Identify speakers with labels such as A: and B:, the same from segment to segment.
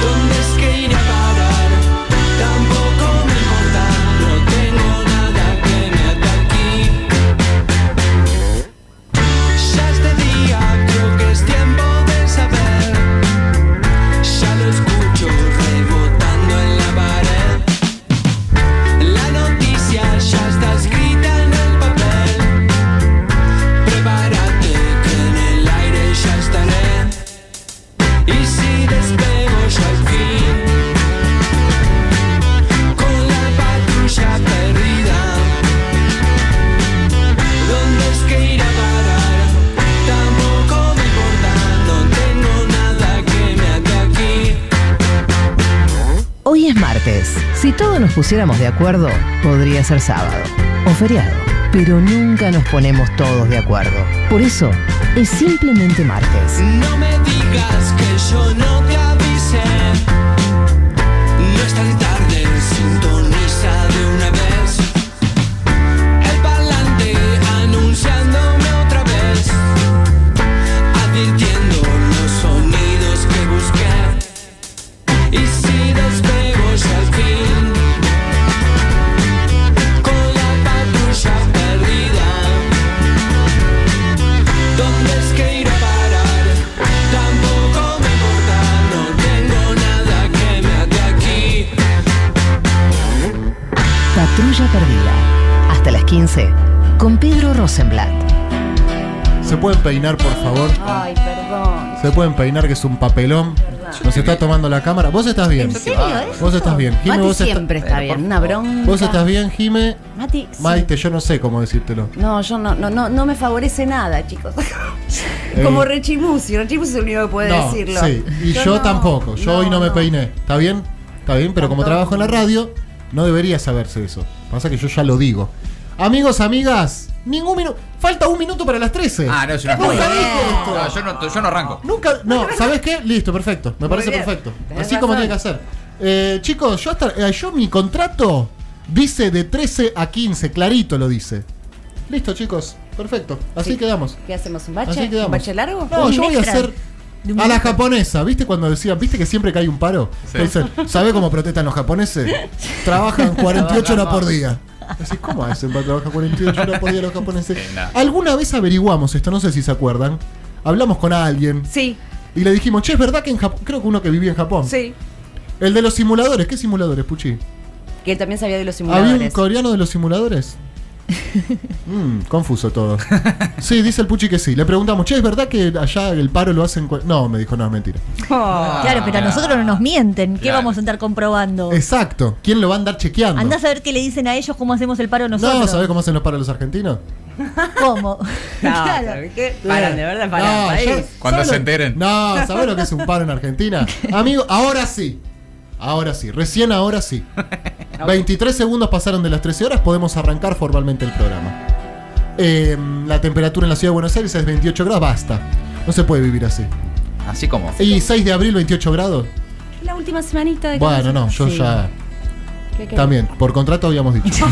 A: ¿Dónde es que iré a parar? Tampoco me importa, no tengo nada que me ate aquí. Ya es de día, creo que es tiempo de saber. Ya lo escucho rebotando en la pared. La noticia ya está escrita en el papel. Prepárate que en el aire ya estaré. Y si despego yo al fin Con la patrulla perdida ¿Dónde es que irá a parar? Tampoco me importa No tengo nada que me ate aquí
B: Hoy es martes. Si todos nos pusiéramos de acuerdo, podría ser sábado o feriado. Pero nunca nos ponemos todos de acuerdo. Por eso, es simplemente martes.
A: No me digas que yo no te avisé No es tan tarde, sintoniza de una vez El parlante anunciándome otra vez Advirtiendo los sonidos que busqué Y si despego ya al fin Con la patrulla perdida ¿Dónde es que iré a parar? Tampoco me importa, no tengo nada que me ate aquí.
B: Patrulla Perdida. Hasta las 15. Con Pedro Rosenblatt.
C: ¿Se pueden peinar, por favor?
D: Ay, perdón.
C: ¿Se pueden peinar, que es un papelón? Nos está tomando la cámara. ¿Vos estás bien? ¿Vos estás bien? Jime,
D: Mati
C: vos, est-
D: siempre está bien, una bronca.
C: ¿Vos estás bien, Jime?
D: Mati, sí.
C: Maite, yo no sé cómo decírtelo.
D: No, yo no, no, no, no me favorece nada, chicos. Como Rechimusi, Rechimusi es el único que puede
C: Eh. No,
D: decirlo.
C: sí. Y yo,
D: no,
C: tampoco. Yo hoy no me peiné. ¿Está bien? Está bien, pero como trabajo en la radio, no debería saberse eso. Pasa que yo ya lo digo. Amigos, amigas, ningún minuto. Falta un minuto para las 13.
E: Ah, no, es una
C: Nunca
E: joda.
C: dije esto.
E: No, yo no, yo no arranco.
C: Nunca, no, ¿sabes qué? Listo, perfecto. Me parece
D: bien.
C: perfecto.
D: Tenés
C: Así como
D: razón.
C: tiene que hacer. Eh, chicos, yo, hasta, eh, yo mi contrato dice de 13 a 15, clarito lo dice. Listo, chicos, perfecto. Así
D: Sí.
C: quedamos.
D: ¿Qué hacemos? ¿Un
C: Así
D: bache?
C: quedamos.
D: ¿Un bache largo?
C: No,
D: Un
C: yo voy a
D: extra.
C: hacer. A la japonesa, ¿viste cuando decían, viste que siempre que hay un paro?
E: Sí.
C: Entonces, ¿sabe cómo protestan los japoneses? Trabajan 48 horas por día. Así, ¿cómo hacen para trabajar 48 horas por día los japoneses?
E: Sí, nada.
C: Alguna vez averiguamos esto, no sé si se acuerdan. Hablamos con alguien,
D: Sí,
C: y le dijimos, che, es verdad que en Japón. Creo que uno que vivía en Japón.
D: sí.
C: El de los simuladores. ¿Qué simuladores, Puchi?
D: Que él también sabía de los
C: ¿Había un
D: simuladores.
C: coreano de los simuladores? Mm, confuso todo. Sí, dice el Puchi que sí. Le preguntamos, che, ¿es verdad que allá el paro lo hacen.? cua-?" No, me dijo, no, es mentira.
D: Oh,
F: Claro, pero a nosotros no nos mienten. ¿Qué
E: Claro.
F: vamos a andar comprobando?
C: Exacto. ¿Quién lo va a andar chequeando?
F: Andás a ver qué le dicen a ellos cómo hacemos el paro nosotros.
C: no, ¿sabés cómo hacen los paros los argentinos?
F: ¿Cómo?
D: no,
F: claro.
D: ¿sabes qué? Paran, de verdad, paran.
C: No,
D: país.
C: ya-
E: Cuando
C: ¿sabés
E: se
C: lo-
E: enteren.
C: No, ¿sabés lo que es un paro en Argentina? Amigo, ahora sí. Ahora sí, recién ahora sí. 23 segundos pasaron de las 13 horas, podemos arrancar formalmente el programa. Eh, la temperatura en la ciudad de Buenos Aires es 28 grados, basta. No se puede vivir así.
E: Así como.
C: ¿Y 6 de abril, 28 grados?
D: La última semanita de
C: Bueno, no, yo
D: Sí.
C: ya.
D: ¿Qué querés?
C: También, por contrato habíamos dicho.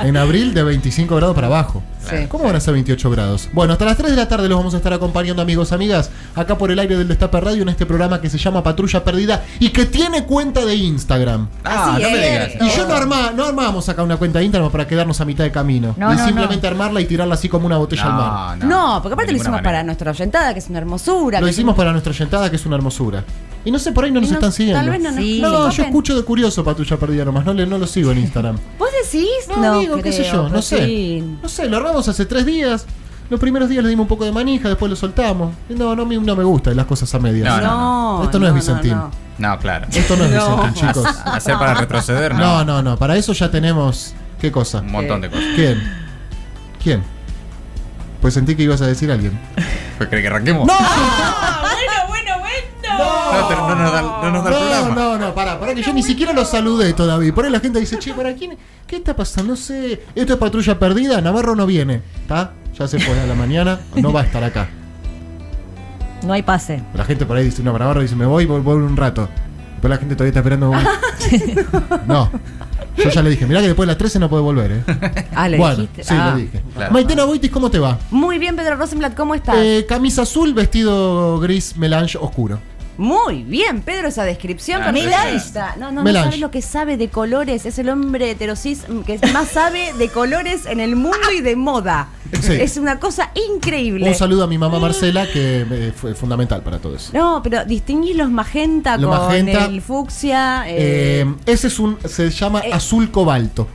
C: En abril de 25 grados para abajo.
D: Sí.
C: ¿Cómo van a ser 28 grados? Bueno, hasta las 3 de la tarde los vamos a estar acompañando, amigos, amigas, acá por el aire del Destape Radio en este programa que se llama Patrulla Perdida y que tiene cuenta de Instagram.
E: Ah,
D: Así
E: no me
D: es.
E: digas.
C: Y yo no, arma, no armamos acá una cuenta de Instagram para quedarnos a mitad de camino.
F: No,
C: y
F: no,
C: simplemente armarla y tirarla así como una botella al mar.
E: Ah, No, no.
D: No, porque aparte
E: De
D: lo
E: ninguna
D: hicimos
E: manera.
D: para nuestra oyentada, que es una hermosura.
C: Lo
D: que-
C: hicimos para nuestra yentada, que es una hermosura. Y no sé, por ahí no nos
D: no-
C: están siguiendo.
D: tal vez no nos-
F: Sí.
C: No,
D: nos
C: yo
D: copen.
C: escucho de curioso Patrulla Perdida nomás, no, le, no lo sigo en Instagram.
D: ¿Vos decís?
C: No, digo, qué sé
D: creo,
C: yo, no
D: pero
C: sé.
D: sí.
C: No sé, lo armamos hace tres días. Los primeros días le dimos un poco de manija, después lo soltamos. Y No, no, me- no me gusta las cosas a medias.
E: No,
D: No,
C: Esto no es Vicentín.
D: no.
E: No, claro.
C: Esto no es
D: No.
C: Vicentín, chicos.
E: Hacer para retroceder,
C: No,
E: no.
C: no, no. Para eso ya tenemos. ¿Qué cosa?
E: Un montón de cosas.
C: ¿Quién? ¿Quién? Pues sentí que ibas a decir alguien.
E: ¿Pues cree que arranquemos? No, pero no nos da, no nos da el
C: No,
E: programa.
C: no, no, pará, pará, que yo ni siquiera lo saludé todavía. Por ahí la gente dice, che, ¿para quién? ¿Qué está pasando? No sé. Esto es patrulla perdida, Navarro no viene. ¿Está? Ya se fue a la mañana, no va a estar acá.
F: No hay pase.
C: La gente por ahí dice, no, para Navarro dice, me voy, voy, voy un rato. Pero la gente todavía está esperando. un- No. Yo ya le dije, mirá que después de las 13 no puede volver, ¿eh?
D: Ah, le
C: bueno,
D: dijiste.
C: sí,
D: Ah.
C: le dije.
E: Claro.
C: Maitena Boitis, ¿cómo te va?
D: Muy bien, Pedro Rosenblatt, ¿cómo estás?
C: Eh, camisa azul, vestido gris, melange oscuro.
D: Muy bien, Pedro, esa descripción.
E: Ah,
D: para mí
E: Melange.
D: está- No, no, no
C: Melange.
D: sabes lo que sabe de colores. Es el hombre heterosis mm, que más sabe de colores en el mundo y de moda.
C: Sí.
D: Es una cosa increíble.
C: Un saludo a mi mamá Marcela, que eh, fue fundamental para todo eso.
D: No, pero distinguís los magenta
C: Lo
D: con
C: magenta.
D: el fucsia. eh,
C: Eh, ese es un. se llama azul cobalto.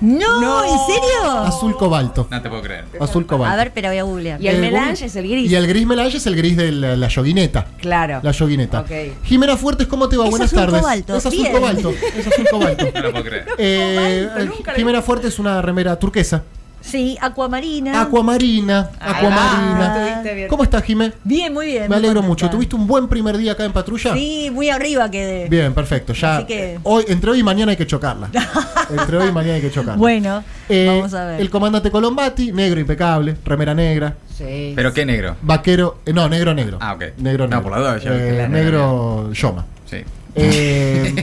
F: No, ¿en
D: Oh.
F: serio?
C: Azul cobalto.
E: No te puedo creer.
C: Azul cobalto.
F: A ver, pero voy a googlear.
D: Y el
C: Eh,
D: melange
C: bueno.
D: es el gris.
C: Y el gris melange es el gris de la, la yoguineta.
D: Claro.
C: La yoguineta.
D: Ok.
C: Jimena Fuertes, ¿cómo te va?
F: Es
C: Buenas
F: azul
C: tardes.
F: cobalto,
C: Es azul
F: bien.
C: cobalto. Es azul cobalto.
E: No lo puedo creer.
C: Eh,
D: Cobalto, nunca la
C: Jimena Fuertes es una remera turquesa.
F: Sí, Aquamarina.
C: Aquamarina.
D: Ah,
C: Aquamarina.
D: estuviste bien.
C: ¿Cómo estás, Jimé?
F: bien, muy bien.
C: Me
F: muy
C: alegro
F: contenta.
C: mucho. ¿Tuviste un buen primer día acá en patrulla?
F: Sí, muy arriba quedé.
C: Bien, perfecto. Ya eh,
F: Así que-
C: hoy, entre hoy y mañana hay que chocarla. entre hoy y mañana hay que chocarla.
F: Bueno,
C: Eh,
F: vamos a ver.
C: El comandante Colombati, negro impecable, remera negra,
D: Sí.
E: ¿Pero qué negro?
C: vaquero, eh, no, negro negro.
E: Ah, ok.
C: Negro
E: No,
C: negro.
E: por la duda, ya
C: Eh,
E: vi que la
C: negro yoma.
E: Sí.
C: Eh,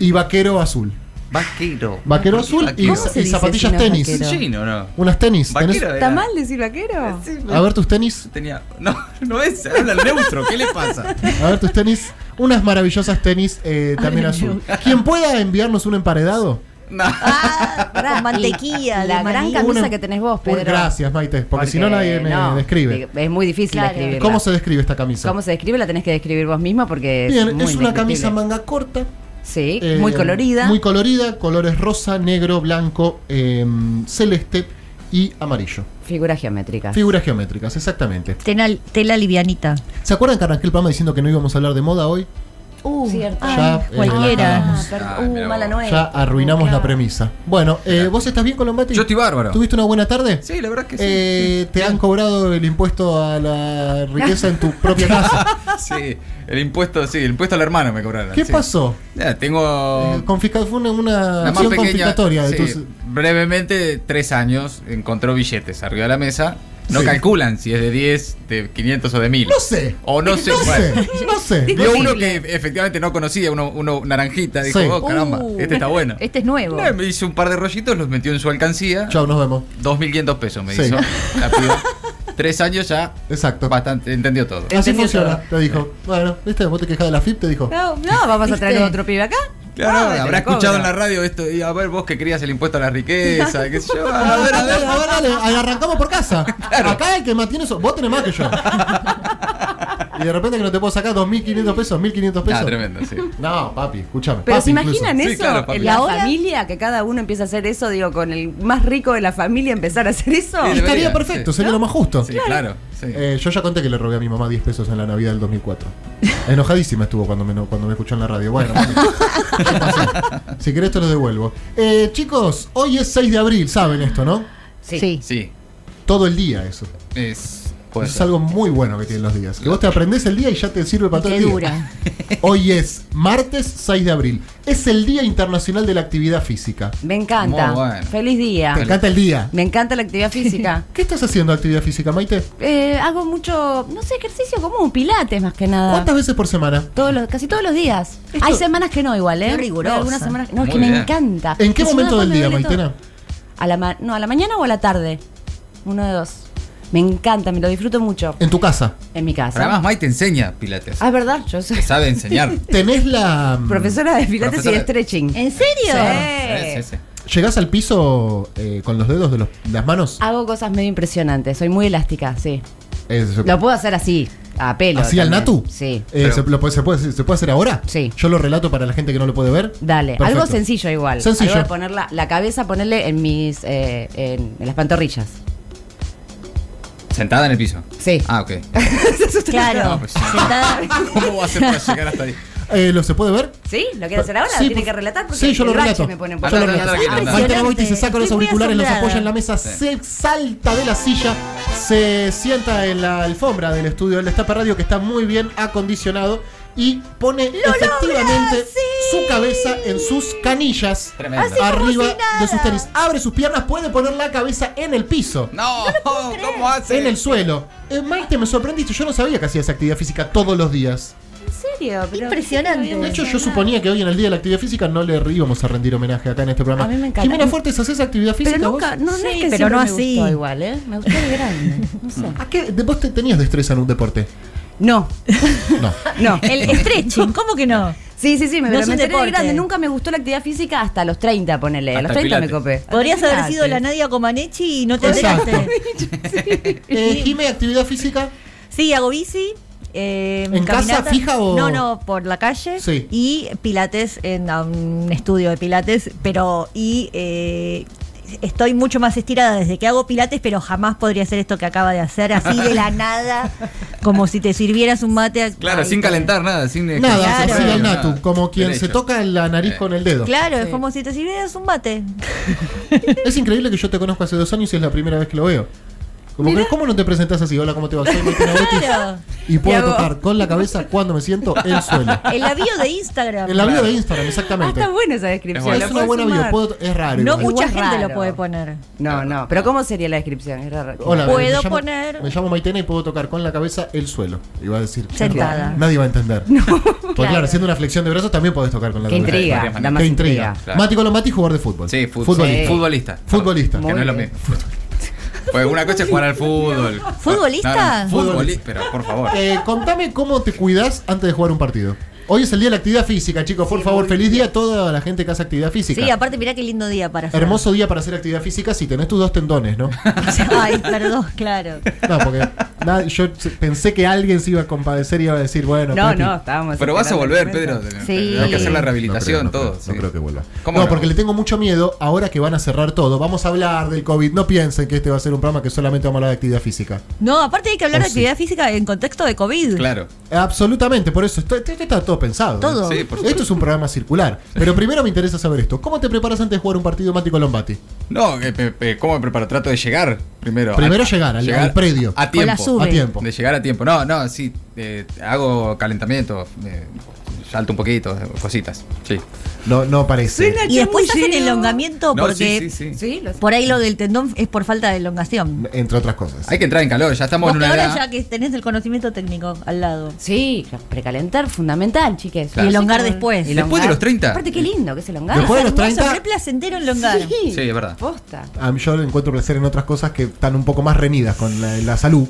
C: y vaquero azul.
E: Vaquero.
C: Vaquero azul y,
E: ¿Cómo
C: za-
D: se
C: y
D: dice
C: zapatillas
D: si no es
C: tenis.
D: vaquero?
E: Sí, no, no.
C: Unas tenis. ¿tenés?
E: Vaquero
D: ¿Está
E: era.
D: mal decir vaquero?
C: A ver tus tenis.
E: Tenía. No, no es. Habla el neutro. ¿Qué le pasa?
C: A ver tus tenis. Unas maravillosas tenis eh, también azul. Quien pueda enviarnos un emparedado.
E: No.
F: Ah,
D: Pará,
F: con mantequilla,
D: la
F: de
D: gran
F: maní.
D: camisa
C: Una-
D: que tenés vos,
C: Bueno,
D: Pedro.
C: em- Gracias, Maite, porque, si no nadie me
D: no,
C: describe.
D: Es muy difícil
F: Claro.
D: describirla.
C: ¿Cómo se describe esta camisa?
D: ¿Cómo se describe? La tenés que describir vos misma porque es,
C: Bien,
D: muy
C: es una camisa
D: indescriptible.
C: manga corta.
D: Sí,
C: eh,
D: muy colorida.
C: Muy colorida, colores rosa, negro, blanco, eh, celeste y amarillo.
D: figuras geométricas.
C: Figuras geométricas, exactamente.
F: Tena- Tela, livianita.
C: ¿Se acuerdan que arranqué el programa diciendo que no íbamos a hablar de moda hoy?
D: Uh, Cierto.
F: Ay,
C: Ya, eh,
F: cualquiera.
C: la-
D: Ah, per-
E: Ah,
D: uh,
E: mira
D: mala
E: vos.
D: nueva.
C: Ya arruinamos la premisa. Bueno, eh, ¿vos estás bien, Colombati?
E: Yo estoy bárbaro.
C: ¿Tuviste una buena tarde?
E: Sí, la verdad es que sí.
C: Eh, ¿Te han cobrado el impuesto a la riqueza en tu propia casa?
E: Sí, el impuesto, sí, el impuesto al hermano me cobraron.
C: ¿Qué
E: sí.
C: pasó?
E: Ya, tengo.
C: Eh, confisca- fue una, una
E: la más
C: acción
E: pequeña,
C: confiscatoria de
E: sí,
C: tus-
E: Brevemente, tres años, encontró billetes arriba de la mesa. No
C: Sí.
E: calculan si es de 10, de 500 o de 1000.
C: No sé.
E: O no sé.
C: No
E: bueno.
C: sé. No sé.
E: Vio uno que efectivamente no conocía, uno, uno naranjita, dijo,
C: Sí.
E: oh, caramba,
F: Uh.
E: este está bueno.
F: Este es nuevo.
E: No, me hizo un par de rollitos, los metió en su alcancía.
C: Chao, nos vemos.
E: 2.500 pesos me
C: Sí.
E: hizo. La piba. Tres años ya.
C: Exacto.
E: Bastante, entendió todo.
C: Así
D: Entendió
C: funciona, te dijo. Bueno, ¿viste? Vos te quejás de la FIP, te dijo.
D: No, no, vamos a traer
F: ¿Viste?
D: otro pibe acá.
E: Claro,
D: Ah, te
E: habrá
D: lo cobro.
E: escuchado en la radio esto. Y a ver, vos que querías el impuesto a la riqueza, qué sé yo. A ver, a
C: Dale,
E: ver.
C: dale, dale, ahí arrancamos por casa. Acá el que mantiene eso, vos tenés más que yo. y de repente que no te puedo sacar 2.500 pesos, 1.500 pesos.
E: Ah, tremendo, sí.
C: No, papi, escúchame.
D: Pero
C: papi
D: ¿se
C: incluso.
D: imaginan ¿eh?
E: Sí,
D: eso?
E: claro, papi.
D: en la
F: ¿Y ahora?
D: familia, que cada uno empieza a hacer eso, digo, con el más rico de la familia empezar a hacer eso.
E: Sí,
C: Estaría
E: Debería,
C: perfecto,
E: sí.
C: sería lo más justo.
E: Sí, claro. sí.
C: Eh, yo ya conté que le robé a mi mamá 10 pesos en la Navidad del 2004. Enojadísima estuvo cuando me, no- cuando me escuchó en la radio. Bueno, mami, ¿qué pasó? si querés te lo devuelvo. Eh, chicos, hoy es 6 de abril, saben esto, ¿no?
D: Sí.
E: Sí.
C: Todo el día eso.
E: Es. puede
C: Eso es
E: ser.
C: algo muy bueno que tienen los días. Que vos te aprendés el día y ya te sirve para todo
F: Te
C: el día.
F: dura.
C: Hoy es martes 6 de abril. Es el Día Internacional de la Actividad Física.
D: Me encanta.
E: Muy bueno.
D: Feliz día.
C: Te encanta el día.
D: Me encanta la actividad física.
C: ¿Qué estás haciendo de actividad física, Maite?
D: Eh, hago mucho, no sé, ejercicio común, pilates más que nada.
C: ¿Cuántas veces por semana?
D: Todos los, casi todos los días. Hay semanas que no igual, ¿eh?
F: Qué rigurosa.
D: Hay Algunas semanas, no, es
E: Muy
D: que me
E: bien.
D: encanta.
C: ¿En qué
D: Y si no,
C: momento del
D: después me
C: día,
D: duele todo.
C: Maitena?
D: A la ma- no, a la mañana o a la tarde. Uno de dos. Me encanta, me lo disfruto mucho
C: En tu casa.
D: en mi casa.
E: Pero además, Mike te enseña pilates.
D: Ah, es verdad, yo soy
E: Te sabe enseñar. Sí,
C: ¿Tenés la. mm,
D: profesora de pilates
E: Profesora
D: y de
E: de-
D: stretching.
F: ¿En serio?
C: Eh.
E: sí, sí.
C: ¿Llegás al piso eh, con los dedos de, los- de las manos?
D: Hago cosas medio impresionantes, soy muy elástica, sí.
C: Es-
D: Lo puedo hacer así, a pelo.
C: Eh, ¿Así al
D: también.
C: natu?
D: Sí.
C: Eh,
E: Pero-
C: ¿se, lo puede- se puede, ¿Se puede hacer ahora?
D: Sí.
C: Yo lo relato para la gente que no lo puede ver.
D: Dale,
C: Perfecto.
D: algo sencillo igual.
C: Sencillo.
D: Algo de poner la, la cabeza, ponerle en mis. eh, en, en las pantorrillas.
E: Sentada en el piso.
D: Sí.
E: Ah, ok. No,
F: Claro.
E: pues sí.
F: Sentada.
E: ¿Cómo va a ser para llegar hasta ahí?
C: Eh, ¿Lo se puede ver?
D: ¿Sí? ¿Lo quiere hacer ahora?
C: Sí,
D: ¿Lo tiene
C: por-
D: que relatar? Porque
C: Sí, yo lo
D: el bache
C: relato.
D: me pone un
E: Ah,
D: poco
E: no, no,
D: nerviosa.
E: no, no, no, no, no.
F: Impresionante.
C: Maitena Goiti se saca los
F: Estoy muy
C: auriculares, los
F: asombrada.
C: apoya en la mesa,
E: Sí.
C: se salta de la silla, se sienta en la alfombra del estudio del Destape Radio que está muy bien acondicionado y pone efectivamente su cabeza en sus canillas
E: Tremendo. Así
F: como
C: arriba
F: si nada.
C: de sus tenis. Abre sus piernas, puede poner la cabeza en el piso.
E: No, ¿cómo hace?
C: En el suelo. Eh, Maite, me sorprendiste. Yo no sabía que hacía esa actividad física todos los días.
D: ¿En serio? serio? Pero-
F: Impresionante.
C: De hecho, yo suponía que hoy en el Día de la Actividad Física no le íbamos a rendir homenaje acá en este programa.
D: A mí me encanta.
C: Jimena Fuertes, ¿haces actividad física
D: Pero
C: vos?
D: nunca, no, no
F: Sí,
D: es que
F: pero
D: siempre
F: no
D: me
F: así.
D: gustó igual, ¿eh? Me gustó de grande. No sé.
C: ¿A qué? de- ¿Vos te tenías destreza en un deporte?
D: No,
C: No.
D: no.
F: El stretching, ¿cómo que no?
D: Sí, sí, sí, me,
F: No es
D: me
F: un
D: enteré de
F: deporte.
D: grande. Nunca me gustó la actividad física hasta los 30, ponele. A los
E: Hasta
D: 30 me
E: Pilates.
D: copé.
F: Podrías
D: Hasta
F: haber sido la
D: Pilates.
F: Nadia Comaneci y no te
C: Exacto.
F: enteraste.
C: Eh, Jime, ¿actividad física?
F: Sí, hago bici. eh,
C: ¿En casa
F: caminata.
C: fija o-
F: No, no, por la calle.
C: Sí.
F: Y pilates en a un estudio de pilates, pero y eh, estoy mucho más estirada desde que hago pilates, pero jamás podría hacer esto que acaba de hacer, así de la nada, como si te sirvieras un mate.
E: Claro,
F: Ay,
E: sin calentar nada, sin
C: Nada,
F: Claro.
C: así al
E: nada.
C: natu, como quien
E: Derecho.
C: se toca la nariz con el dedo.
F: Claro, es como si te sirvieras un mate.
C: Es increíble que yo te conozco hace dos años y es la primera vez que lo veo. Como que, ¿Cómo no te presentás así? Hola, ¿cómo te va? Soy Martina Botis
F: Claro.
C: y puedo
D: Y hago-
C: tocar con la cabeza cuando me siento el suelo.
F: El bio de Instagram.
C: En la bio de Instagram,
D: Ah,
C: exactamente.
D: está buena esa
E: Es
D: descripción.
E: buena.
D: la
C: es una
D: puedo
C: buena bio,
D: sumar.
C: puedo- es raro.
F: No
C: igual.
D: Igual
F: mucha gente
D: raro.
F: lo puede poner.
D: No, no, pero ¿cómo sería la descripción? Es raro.
C: Hola,
F: Puedo
C: me llamo-
F: poner-
C: Me llamo Maitena y puedo tocar con la cabeza el suelo. Y va a decir.
F: Sentada.
C: Nadie va a entender. Porque claro.
F: Claro.
C: haciendo una flexión de brazos también podés tocar con la
D: Qué
C: cabeza.
E: Varias
D: intriga, da
E: maneras.
D: más
C: Qué intriga.
D: intriga.
E: Claro.
C: Mati Colomati, jugador de fútbol.
E: Sí, fut-
C: futbolista.
E: futbolista.
C: Futbolista.
E: Que no es lo mismo. Pues una cosa es jugar al fútbol.
F: ¿Futbolista?
E: futbolista, pero por favor.
C: Eh, contame cómo te cuidas antes de jugar un partido. Hoy es el día de la actividad física, chicos. Por favor, feliz día a toda la gente que hace actividad física.
F: Sí, aparte mirá qué lindo día para hacer.
C: Hermoso día para hacer actividad física si tenés tus dos tendones, ¿no?
F: Ay, perdón, claro.
C: No, porque nada, yo se- pensé que alguien se iba a compadecer y iba a decir, bueno,
D: No,
C: Pati.
D: no, estábamos.
E: Pero vas a
D: esperando
E: volver,
D: el momento.
E: Pedro.
D: Sí.
E: Hay que hacer la rehabilitación,
C: No creo, no
E: todo.
C: creo,
E: sí.
C: No creo que vuelva.
E: ¿Cómo
C: no,
E: no?
C: porque le tengo mucho miedo ahora que van a cerrar todo. Vamos a hablar del COVID. No piensen que este va a ser un programa que solamente vamos a hablar de actividad física.
F: No, aparte hay que hablar
C: Oh,
F: de
C: sí.
F: actividad física en contexto de COVID.
E: Claro.
C: Absolutamente, por eso esto, esto- esto está todo pensado. ¿eh?
F: Todo.
E: Sí, por
C: Esto es un programa circular. Pero primero me interesa saber esto. ¿Cómo te preparas antes de jugar un partido Mati Colombati?
E: No, eh, pe- pe- ¿cómo me preparo? Trato de llegar primero.
C: Primero llegar al- al predio.
E: A
F: O la
E: tiempo.
F: sube.
C: A tiempo.
E: De llegar a tiempo. No, no, sí. eh, hago calentamiento. eh, salto un poquito, eh, cositas. Sí.
C: No, no parece.
D: Suena-
F: Y después hacen
D: Chamullero.
F: elongamiento
E: No, sí, sí,
F: porque
E: sí.
D: Sí, lo sé.
F: por ahí lo del tendón es por falta de elongación.
C: Entre otras cosas.
E: Hay que entrar en calor, ya estamos en
F: Porque
E: una
F: ahora
E: edad.
F: ya que tenés el conocimiento técnico al lado.
D: Sí, precalentar, fundamental, chiques.
E: Claro.
F: Y elongar
D: Así como-
F: después.
E: Después de los 30.
D: Aparte, qué lindo que es elongar.
C: Después de los
F: Hermoso,
C: 30.
F: re placentero elongar.
D: Sí.
E: Sí, es verdad.
D: Posta.
C: A mí Ah, yo encuentro placer en otras cosas que están un poco más reñidas con la, la salud.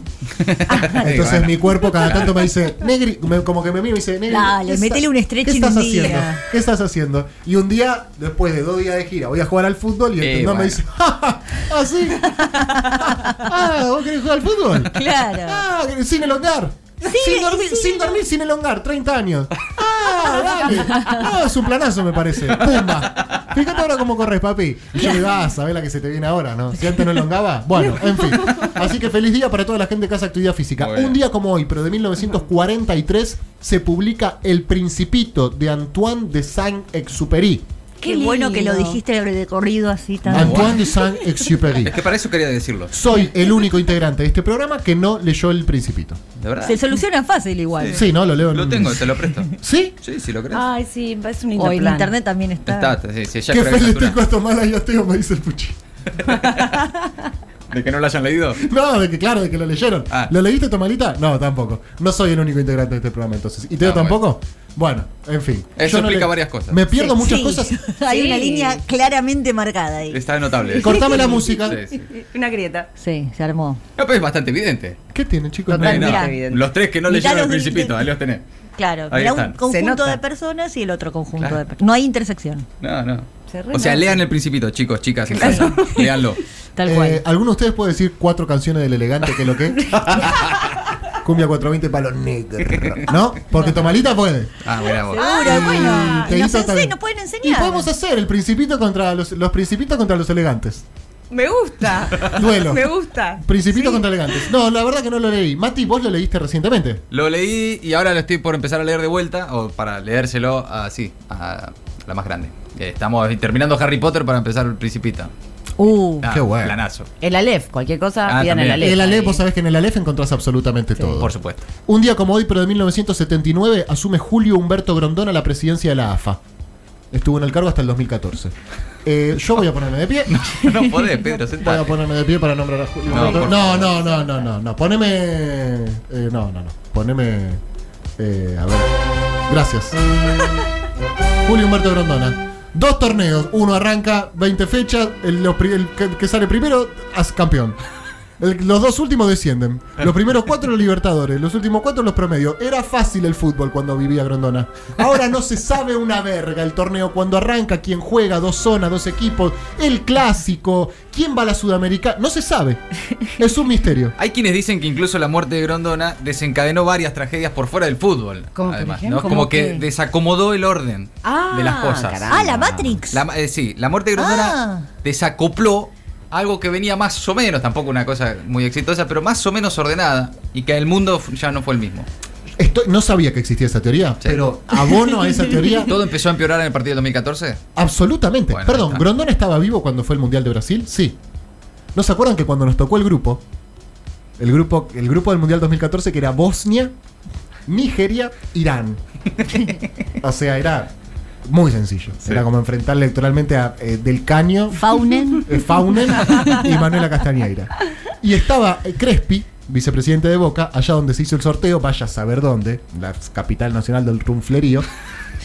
F: Ah,
C: Entonces
E: Bueno.
C: mi cuerpo cada tanto me dice, Negri, me- como que me mira y me dice, Negri.
F: Dale,
C: ¿qué
F: metele
C: esta-
F: un stretching
C: ¿Qué estás
F: un día".
C: haciendo? ¿Qué estás haciendo? Y un día, después de dos días de gira, voy a jugar al fútbol y el
E: Eh,
C: tendón me
E: bueno.
C: dice, ¡Ja, ja! ¡Ah, sí! ¡Ah, vos querés jugar al fútbol!
F: Claro.
C: ¡Ah, sin elongar! sin, dormir,
F: sí,
C: sin dormir, sin elongar, 30 años. ¡Ah, dale! No, es un planazo, me parece. ¡Pumba! Fíjate ahora cómo corres, papi. Y yo le digo, ah, sabés la que se te viene ahora, ¿no? Si antes no elongaba. Bueno, en fin. Así que feliz día para toda la gente que hace actividad física.
E: Muy bien.
C: Un día como hoy, pero de 1943, se publica El Principito de Antoine de Saint-Exupéry.
F: Qué,
D: Qué
F: bueno que lo
D: lindo.
F: dijiste de corrido así tan.
C: Antoine de Saint-Exupéry.
E: Es que para eso quería decirlo.
C: Soy el único integrante de este programa que no leyó El Principito.
E: De verdad.
F: Se soluciona fácil igual.
C: Sí, ¿no? Lo leo en
E: Lo
C: un-
E: tengo, te lo presto.
C: ¿Sí?
E: Sí, si lo crees.
D: Ay, sí, es un lindo
F: O en
D: plan.
F: internet también
E: está,
F: está.
E: está, sí, sí, ya
C: Qué
E: creo
C: fe
E: que
C: le
E: satura.
C: tengo a tomar a Yasteo, me dice el Puchi.
E: De que no lo hayan leído.
C: No, de que claro, de que lo leyeron.
E: Ah.
C: ¿Lo leíste, Tomalita? No, tampoco. No soy el único integrante de este programa entonces. ¿Y Teo
E: Ah,
C: tampoco? Bueno, en fin.
E: Eso
C: Yo no
E: explica varias cosas.
C: Me pierdo muchas
F: Sí.
C: cosas.
F: Hay una
D: Sí.
F: línea claramente marcada ahí.
E: Está notable.
C: Cortame la música.
E: Sí, sí.
D: Una grieta.
F: Sí, se armó.
E: No, pero es bastante evidente.
C: ¿Qué tiene, chicos?
E: No hay
F: Total,
E: nada.
D: evidente.
E: Los tres que no
F: Mirá
E: leyeron el
F: los del-
E: principito, ahí los tenés.
F: Claro,
E: Ahí
F: era un
E: están.
D: Se
F: conjunto
D: nota.
F: de personas y el otro conjunto
E: Claro.
F: de personas. No hay intersección.
E: No, no.
D: Se re
E: O sea,
D: nota.
E: lean el principito, chicos, chicas. en serio. Leanlo.
F: Tal
C: Eh,
F: cual.
C: ¿Alguno de ustedes puede decir cuatro canciones del elegante que lo que? Cumbia 420 palo negro. ¿No? Porque Tomalita puede.
E: Ah, mira vos.
F: Seguro, bueno.
C: Teito
F: Nos, ense-
C: también.
F: nos pueden
C: Y
F: enseñar.
C: podemos hacer el principito contra los, los principitos contra los elegantes.
D: Me gusta.
C: Duelo.
D: Me gusta.
C: Principito contra elegantes. No, la verdad que no lo leí. Mati, vos lo leíste recientemente.
E: Lo leí y ahora lo estoy por empezar a leer de vuelta, o para leérselo así, a la más grande. Eh, Estamos terminando Harry Potter para empezar el Principito.
F: Uh,
E: Ah,
C: Qué bueno.
E: Planazo.
D: El Aleph, cualquier cosa,
E: Ah,
D: pidan el
E: también.
D: Aleph.
C: el Aleph,
D: ahí.
C: vos sabés que en el Aleph encontrás absolutamente todo.
E: Por supuesto.
C: Un día como hoy, pero de 1979, asume Julio Humberto Grondona la presidencia de la AFA. Estuvo en el cargo hasta el 2014. Eh, yo voy a ponerme de pie.
E: No podés, Pedro,
C: Voy a
E: sentate.
C: ponerme de pie para nombrar a Julio
E: No,
C: Humberto.
E: por
C: No, no, no, no, no, no. Poneme. eh, no, no, no. Poneme. eh, a ver. Gracias. Julio Humberto Grondona. Dos torneos. Uno arranca 20 fechas. El, los pri- el que, que sale primero es campeón. El- los dos últimos descienden. Los primeros cuatro los Libertadores. Los últimos cuatro los promedios. Era fácil el fútbol cuando vivía Grondona. Ahora no se sabe una verga el torneo. Cuando arranca, quién juega, dos zonas, dos equipos, el clásico, quién va a la Sudamericana. No se sabe. Es un misterio.
E: Hay quienes dicen que incluso la muerte de Grondona desencadenó varias tragedias por fuera del fútbol.
D: ¿Cómo, por
E: además,
D: ejemplo?
E: ¿no?
D: ¿Cómo
E: Como que
D: qué?
E: desacomodó el orden
D: Ah,
E: de las cosas.
D: caramba.
F: Ah, la Matrix.
E: La ma- eh, sí, la muerte de Grondona
F: Ah.
E: desacopló algo que venía más o menos, tampoco una cosa muy exitosa, pero más o menos ordenada y que el mundo f- ya no fue el mismo.
C: Estoy- no sabía que existía esa teoría,
E: Sí.
C: pero abono a esa teoría.
E: ¿Todo empezó a empeorar en el partido del 2014?
C: Absolutamente.
E: Bueno, ahí
C: Perdón,
E: está.
C: ¿Grondona estaba vivo cuando fue el Mundial de Brasil? Sí. ¿No se acuerdan que cuando nos tocó el grupo, el grupo, el grupo del Mundial 2014 que era Bosnia, Nigeria, Irán? o sea, era muy sencillo. Era como enfrentar electoralmente a eh, Del Caño,
D: Faunen.
C: eh, Faunen y Manuela Castañeira. Y estaba eh, Crespi, vicepresidente de Boca, allá donde se hizo el sorteo, vaya a saber dónde, la capital nacional del rumflerío.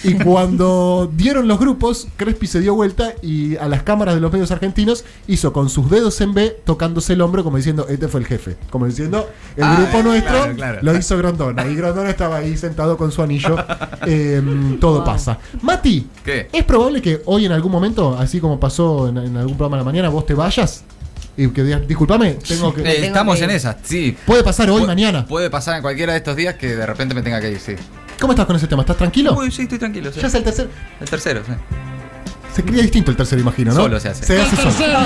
C: Y cuando dieron los grupos, Crespi se dio vuelta y a las cámaras de los medios argentinos hizo con sus dedos en B tocándose el hombro como diciendo, este fue el jefe. Como diciendo, el
E: Ah,
C: grupo
E: claro,
C: nuestro
E: claro.
C: lo hizo Grondona. Y Grondona estaba ahí sentado con su anillo. Em, todo pasa. Mati,
E: ¿Qué?
C: ¿Es probable que hoy en algún momento, así como pasó en, en algún programa de la mañana, vos te vayas y que digas, discúlpame, tengo
E: Eh,
C: que...
E: estamos
D: que-
E: en esas, sí.
C: Puede pasar hoy,
E: Pu-
C: mañana.
E: Puede pasar en cualquiera de estos días que de repente me tenga que ir, sí.
C: ¿Cómo estás con ese tema? ¿Estás tranquilo?
E: Uy, sí, estoy tranquilo. sí.
C: Ya es el tercer...
E: El tercero, sí.
C: Se cría distinto el tercero, imagino, ¿no?
E: Solo se hace.
C: solo.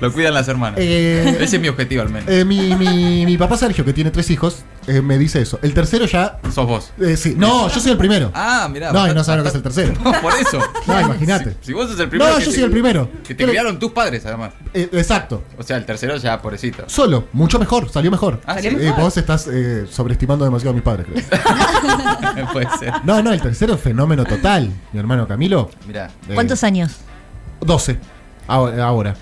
E: Lo cuidan las hermanas.
C: Eh,
E: Ese es mi objetivo al menos.
C: eh, mi, mi- mi papá Sergio, que tiene tres hijos, eh, me dice eso. El tercero ya...
E: Sos vos.
C: eh, sí. No, yo soy el primero.
E: Ah, mirá.
C: No, y
E: bastante-
C: no sabe lo que es el tercero.
E: No, por eso.
C: No, imagínate.
E: Si, si vos sos el primero.
C: No,
E: que
C: yo
E: te-
C: soy el primero.
E: Que te
C: Pero-
E: criaron tus padres, además.
C: Eh, exacto.
E: O sea, el tercero ya, pobrecito.
C: Solo, mucho mejor, salió mejor.
E: Ah,
C: Eh,
E: ¿sí?
C: vos estás eh, sobreestimando demasiado a mis padres, creo.
E: Puede ser.
C: No, no, el tercero es fenómeno total. Mi hermano Camilo.
E: Mirá.
C: eh,
F: ¿Cuántos años?
C: 12. Ahora, ahora,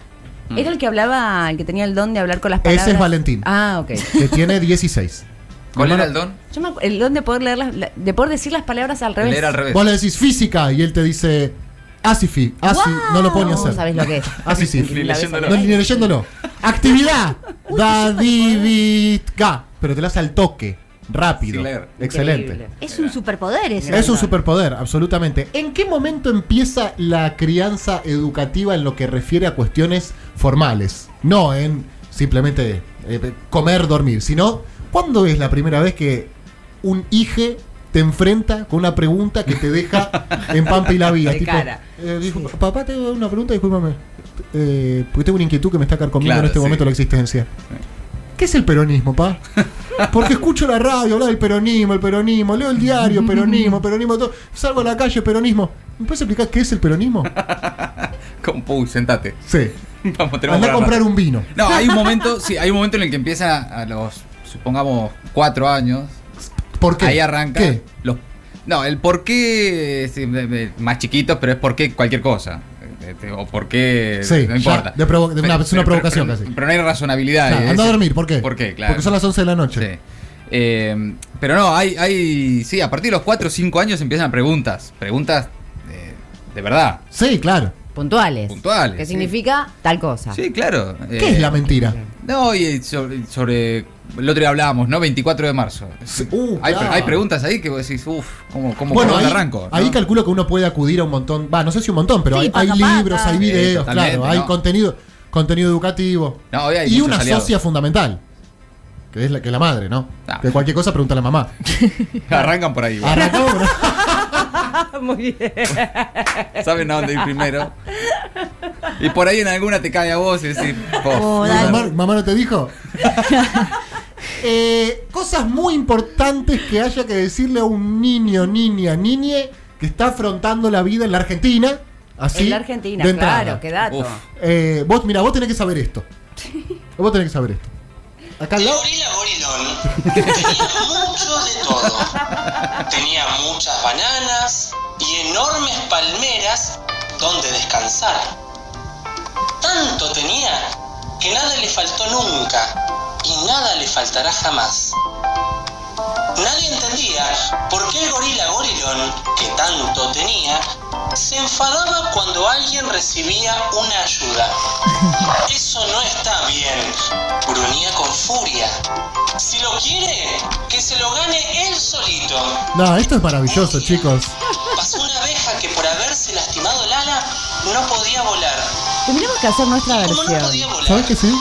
D: Era el que hablaba, el que tenía el don de hablar con las
C: Ese es
D: palabras.
C: Valentín.
D: Ah, ok.
C: Que tiene 16.
E: ¿Cuál
C: Mi
E: era
C: hermano-
E: el don?
D: Yo me acu- el don de poder leer las, la- de poder decir las palabras al revés.
E: Leer al revés.
C: Vos le decís física y él te dice "Ah, asifi. Asi, no lo puedo ni
D: No
C: hacer.
D: sabes lo que es.
C: Así sí.
E: Ni
D: La ves
E: leyéndolo.
C: No, ni leyéndolo. Actividad. Dadivitca. Pero te lo hace al toque. Rápido.
E: Sin leer.
C: Excelente.
D: Increíble.
F: Es un superpoder eso.
C: Es un superpoder, absolutamente. ¿En qué momento empieza la crianza educativa en lo que refiere a cuestiones formales? No en simplemente eh, comer, dormir, sino ¿cuándo es la primera vez que un hije te enfrenta con una pregunta que te deja en pampa y la vida?
D: De cara.
C: eh, dijo, papá, tengo una pregunta, discúlpame. eh, porque tengo una inquietud que me está carcomiendo
E: Claro,
C: en este
E: sí.
C: momento la existencia. ¿Qué es el peronismo, pa? Porque escucho la radio, hablar del peronismo, el peronismo, leo el diario, peronismo, peronismo, todo. Salgo a la calle, peronismo. ¿Me puedes explicar qué es el peronismo?
E: Compu, sentate.
C: Sí.
E: Vamos, tenemos
C: Anda a
E: para
C: comprar
E: rato.
C: un vino.
E: No, hay un momento, sí, hay un momento en el que empieza a los, supongamos, cuatro años.
C: ¿Por qué?
E: Ahí arranca.
C: ¿Qué?
E: Los, no, el por qué es, eh, eh, más chiquitos, pero es por qué cualquier cosa. Eh, eh, O por qué.
C: Sí,
E: no
C: ya,
E: importa.
C: de provo- de una-
E: Pero-
C: es una
E: pero-
C: provocación
E: pero-
C: casi.
E: Pero no hay razonabilidad.
C: Claro,
E: eh,
C: anda a
E: es-
C: dormir, ¿por qué?
E: ¿Por qué? Claro.
C: Porque son las 11 de la noche.
E: Sí. Eh, pero no, hay, hay. Sí, a partir de los 4 o 5 años empiezan preguntas. Preguntas eh, de verdad.
C: Sí, claro.
D: Puntuales.
E: Puntuales,
D: Que
E: sí.
D: significa tal cosa.
E: Sí, claro.
C: ¿Qué
E: Eh,
C: es la mentira?
E: No, y eh, sobre, sobre- El otro día hablábamos, ¿no? 24 de marzo.
C: Sí, uh,
E: hay,
C: claro.
E: hay preguntas ahí que vos decís, uff, ¿cómo, cómo
C: Bueno,
E: por
C: ahí,
E: dónde arranco?
C: ahí
E: ¿no?
C: calculo que uno puede acudir a un montón. Va, no sé si un montón, pero
F: Sí,
C: hay,
F: pata,
C: hay
F: pata.
C: libros, hay
E: Sí,
C: videos, claro.
E: totalmente,
C: Hay
E: no.
C: contenido contenido educativo.
E: No, hoy hay
C: y
E: muchos
C: una
E: aliados.
C: socia fundamental. Que es la, que es la madre, ¿no?
E: Ah.
C: Que cualquier cosa pregunta a la mamá.
E: Arrancan por ahí.
C: Arrancamos con-
D: Muy bien.
E: Saben a dónde ir primero. Y por ahí en alguna te cae a vos y decís,
F: Oh,
E: "Pof".
F: dale.
C: Mamá, mamá no te dijo. Eh, cosas muy importantes que haya que decirle a un niño, niña, niñe que está afrontando la vida en la Argentina. Así.
D: En la Argentina,
C: de entrada.
D: claro, qué dato.
E: Uf.
C: Eh, vos, mira, vos tenés que saber esto. Vos tenés que saber esto. Acá al lado.
G: Gorila Gorilón tenía mucho de todo. Tenía muchas bananas y enormes palmeras donde descansar. Tanto tenía que nada le faltó nunca y nada le faltará jamás. Nadie entendía por qué el gorila gorilón, que tanto tenía, se enfadaba cuando alguien recibía una ayuda. Eso no está bien, gruñía con furia. Si lo quiere, que se lo gane él solito.
C: No, esto es maravilloso, chicos.
G: Pasó una abeja que por haberse lastimado el ala no podía volar.
D: Tendríamos que hacer nuestra
G: Como no podía
D: versión.
G: volar,
C: ¿Sabes que sí?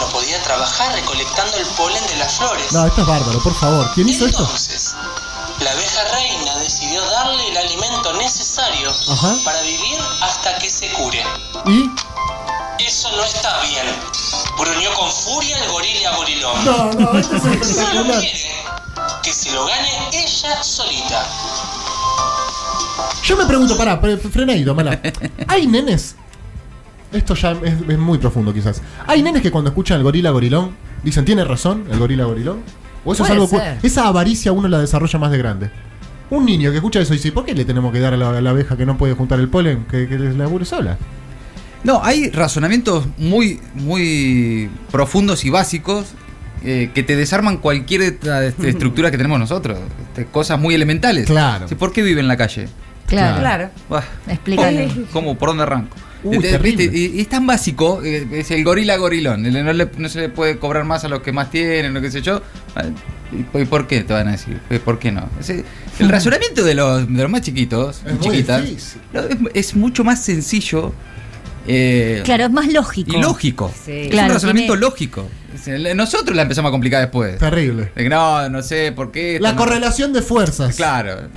G: no podía trabajar recolectando el polen de las flores.
C: No, esto es bárbaro, por favor. ¿Quién hizo esto?
G: Entonces, la abeja reina decidió darle el alimento necesario
C: Ajá.
G: para vivir hasta que se cure.
C: Y.
G: Eso no está bien. Gruñó con furia el gorila gorilón.
C: No, no, esto es
G: Si lo
C: espectacular.
G: quiere, que se lo gane ella solita.
C: Yo me pregunto, pará, pre- frena ahí, Domela. ¿Hay nenes? Esto ya es, es muy profundo, quizás. ¿Hay nenes que cuando escuchan el gorila gorilón dicen, ¿tiene razón el gorila gorilón? ¿O eso es
D: Puede
C: algo cu-
D: ser.
C: Esa avaricia uno la desarrolla más de grande. Un niño que escucha eso dice, ¿por qué le tenemos que dar a la, a la abeja que no puede juntar el polen, que, que les labure sola?
E: No, hay razonamientos muy, muy profundos y básicos eh, que te desarman cualquier esta- este, estructura que tenemos nosotros. Este, cosas muy elementales.
C: Claro.
E: Sí, ¿Por qué vive en la calle?
C: Claro.
D: Claro.
C: Claro.
E: Buah,
F: Explícale.
E: ¿cómo- ¿Cómo? ¿Por dónde arranco?
C: Uy,
E: Este,
C: terrible.
E: viste, Y, y es tan básico, eh, es el gorila gorilón. el- No, le- no se le puede cobrar más a los que más tienen, lo que sé yo. Ah, ¿Y y por qué te van a decir? ¿Y ¿Por qué no? Ese- el razonamiento de los, de los más chiquitos,
C: Es muy
E: chiquitas,
C: difícil.
E: no, es, es mucho más sencillo. eh,
F: Claro, es más lógico.
E: y lógico.
D: Sí.
E: Es un
F: Claro,
E: razonamiento
F: tiene-
E: lógico. Es el- Nosotros la empezamos a complicar después.
C: Terrible.
E: De que, no, no sé por qué.
C: La
E: no-
C: correlación de fuerzas.
E: Claro.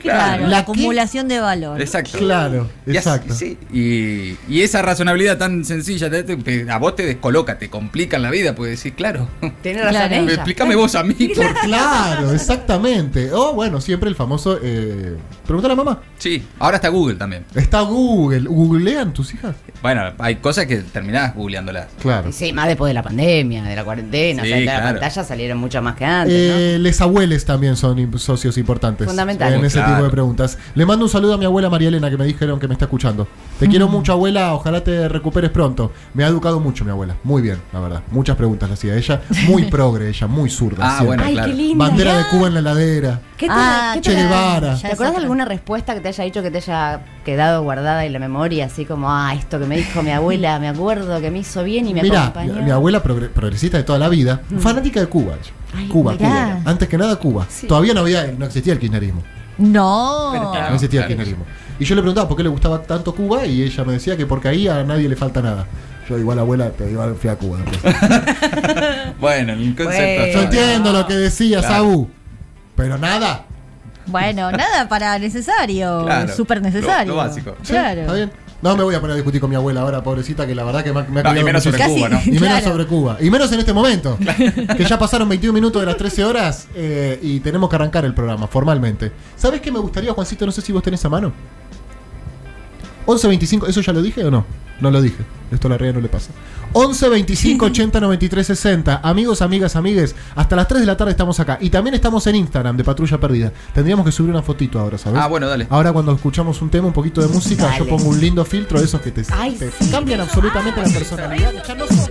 F: Claro,
C: La
F: la
C: que-
F: acumulación de valor.
E: Exacto.
C: Claro,
E: Y así-
C: exacto.
E: sí, Y, y esa razonabilidad tan sencilla te- te- a vos te descoloca, te complican la vida, porque decís, claro.
D: Tiene razón
F: Claro.
D: ella.
E: Explícame vos a mí. por-
C: Claro, exactamente. O bueno, siempre el famoso. Eh, Pregunta a la mamá.
E: Sí, ahora está Google también.
C: Está Google. ¿Googlean tus hijas?
E: Bueno, hay cosas que terminás googleándolas.
C: Claro.
D: Y Sí, más después de la pandemia, de la cuarentena,
E: Sí,
D: o sea, de
E: claro.
D: la pantalla salieron mucho más que antes, ¿no?
C: Eh, Les abueles también son im- socios importantes.
D: Fundamental.
C: En ese
E: Claro.
C: tipo de preguntas. Le mando un saludo a mi abuela María Elena que me dijeron que me está escuchando. Te
D: Mm.
C: quiero mucho, abuela. Ojalá te recuperes pronto. Me ha educado mucho mi abuela. Muy bien, la verdad. Muchas preguntas le hacía ella. Muy progre ella, muy zurda.
E: Ah,
C: siempre.
E: bueno,
D: Ay,
E: claro.
D: qué lindo.
C: Bandera de Cuba en la heladera.
D: ¿Qué te,
F: Ah,
D: qué
C: Che
D: te-
C: Guevara.
D: ¿Te acuerdas de alguna respuesta que te haya dicho que te haya quedado guardada en la memoria? Así como, ah, esto que me dijo mi abuela, me acuerdo que me hizo bien y me
C: Mira, mi,
D: acompañó. Mm.
C: mi abuela progre- progresista de toda la vida, fanática de Cuba. ella.
D: Ay,
C: Cuba,
D: mirá.
C: Cuba. Antes que nada Cuba. Todavía no había, no existía el kirchnerismo.
F: No.
E: Pero-
C: No existía el
E: Claro.
C: kirchnerismo. Y yo le preguntaba por qué le gustaba tanto Cuba y ella me decía que porque ahí a nadie le falta nada. Yo igual abuela, te igual fui a Cuba. después.
E: Bueno, el concepto.
D: Bueno.
E: está
C: Yo
E: bien.
C: entiendo lo que decías,
E: Claro.
C: Sabu. Pero nada.
F: Bueno, nada para necesario.
E: Claro.
F: Súper necesario.
E: Lo- lo básico.
C: Sí,
F: Claro.
C: ¿Está bien? No me voy a poner a discutir con mi abuela ahora, pobrecita, que la verdad que me, ha- me ha
E: No, y
C: criado
E: menos sobre
C: muchísimo.
E: Cuba, ¿no?
C: Y menos
F: Claro.
C: sobre Cuba. Y menos en este momento. que ya pasaron 21 minutos de las 13 horas eh, y tenemos que arrancar el programa formalmente. ¿Sabes qué me gustaría, Juancito? No sé si vos tenés a mano. 11.25, ¿eso ya lo dije o no? No lo dije. Esto a la realidad no le pasa. 11.25, 80 93 60. Amigos, amigas, amigues, hasta las 3 de la tarde estamos acá. Y también estamos en Instagram de Patrulla Perdida. Tendríamos que subir una fotito ahora, ¿sabes?
E: Ah, bueno, dale.
C: Ahora cuando escuchamos un tema, un poquito de música, yo
D: Dale.
C: pongo un lindo filtro de esos que te,
D: Ay,
C: te
D: sí.
C: cambian absolutamente la personalidad. Ya no sos-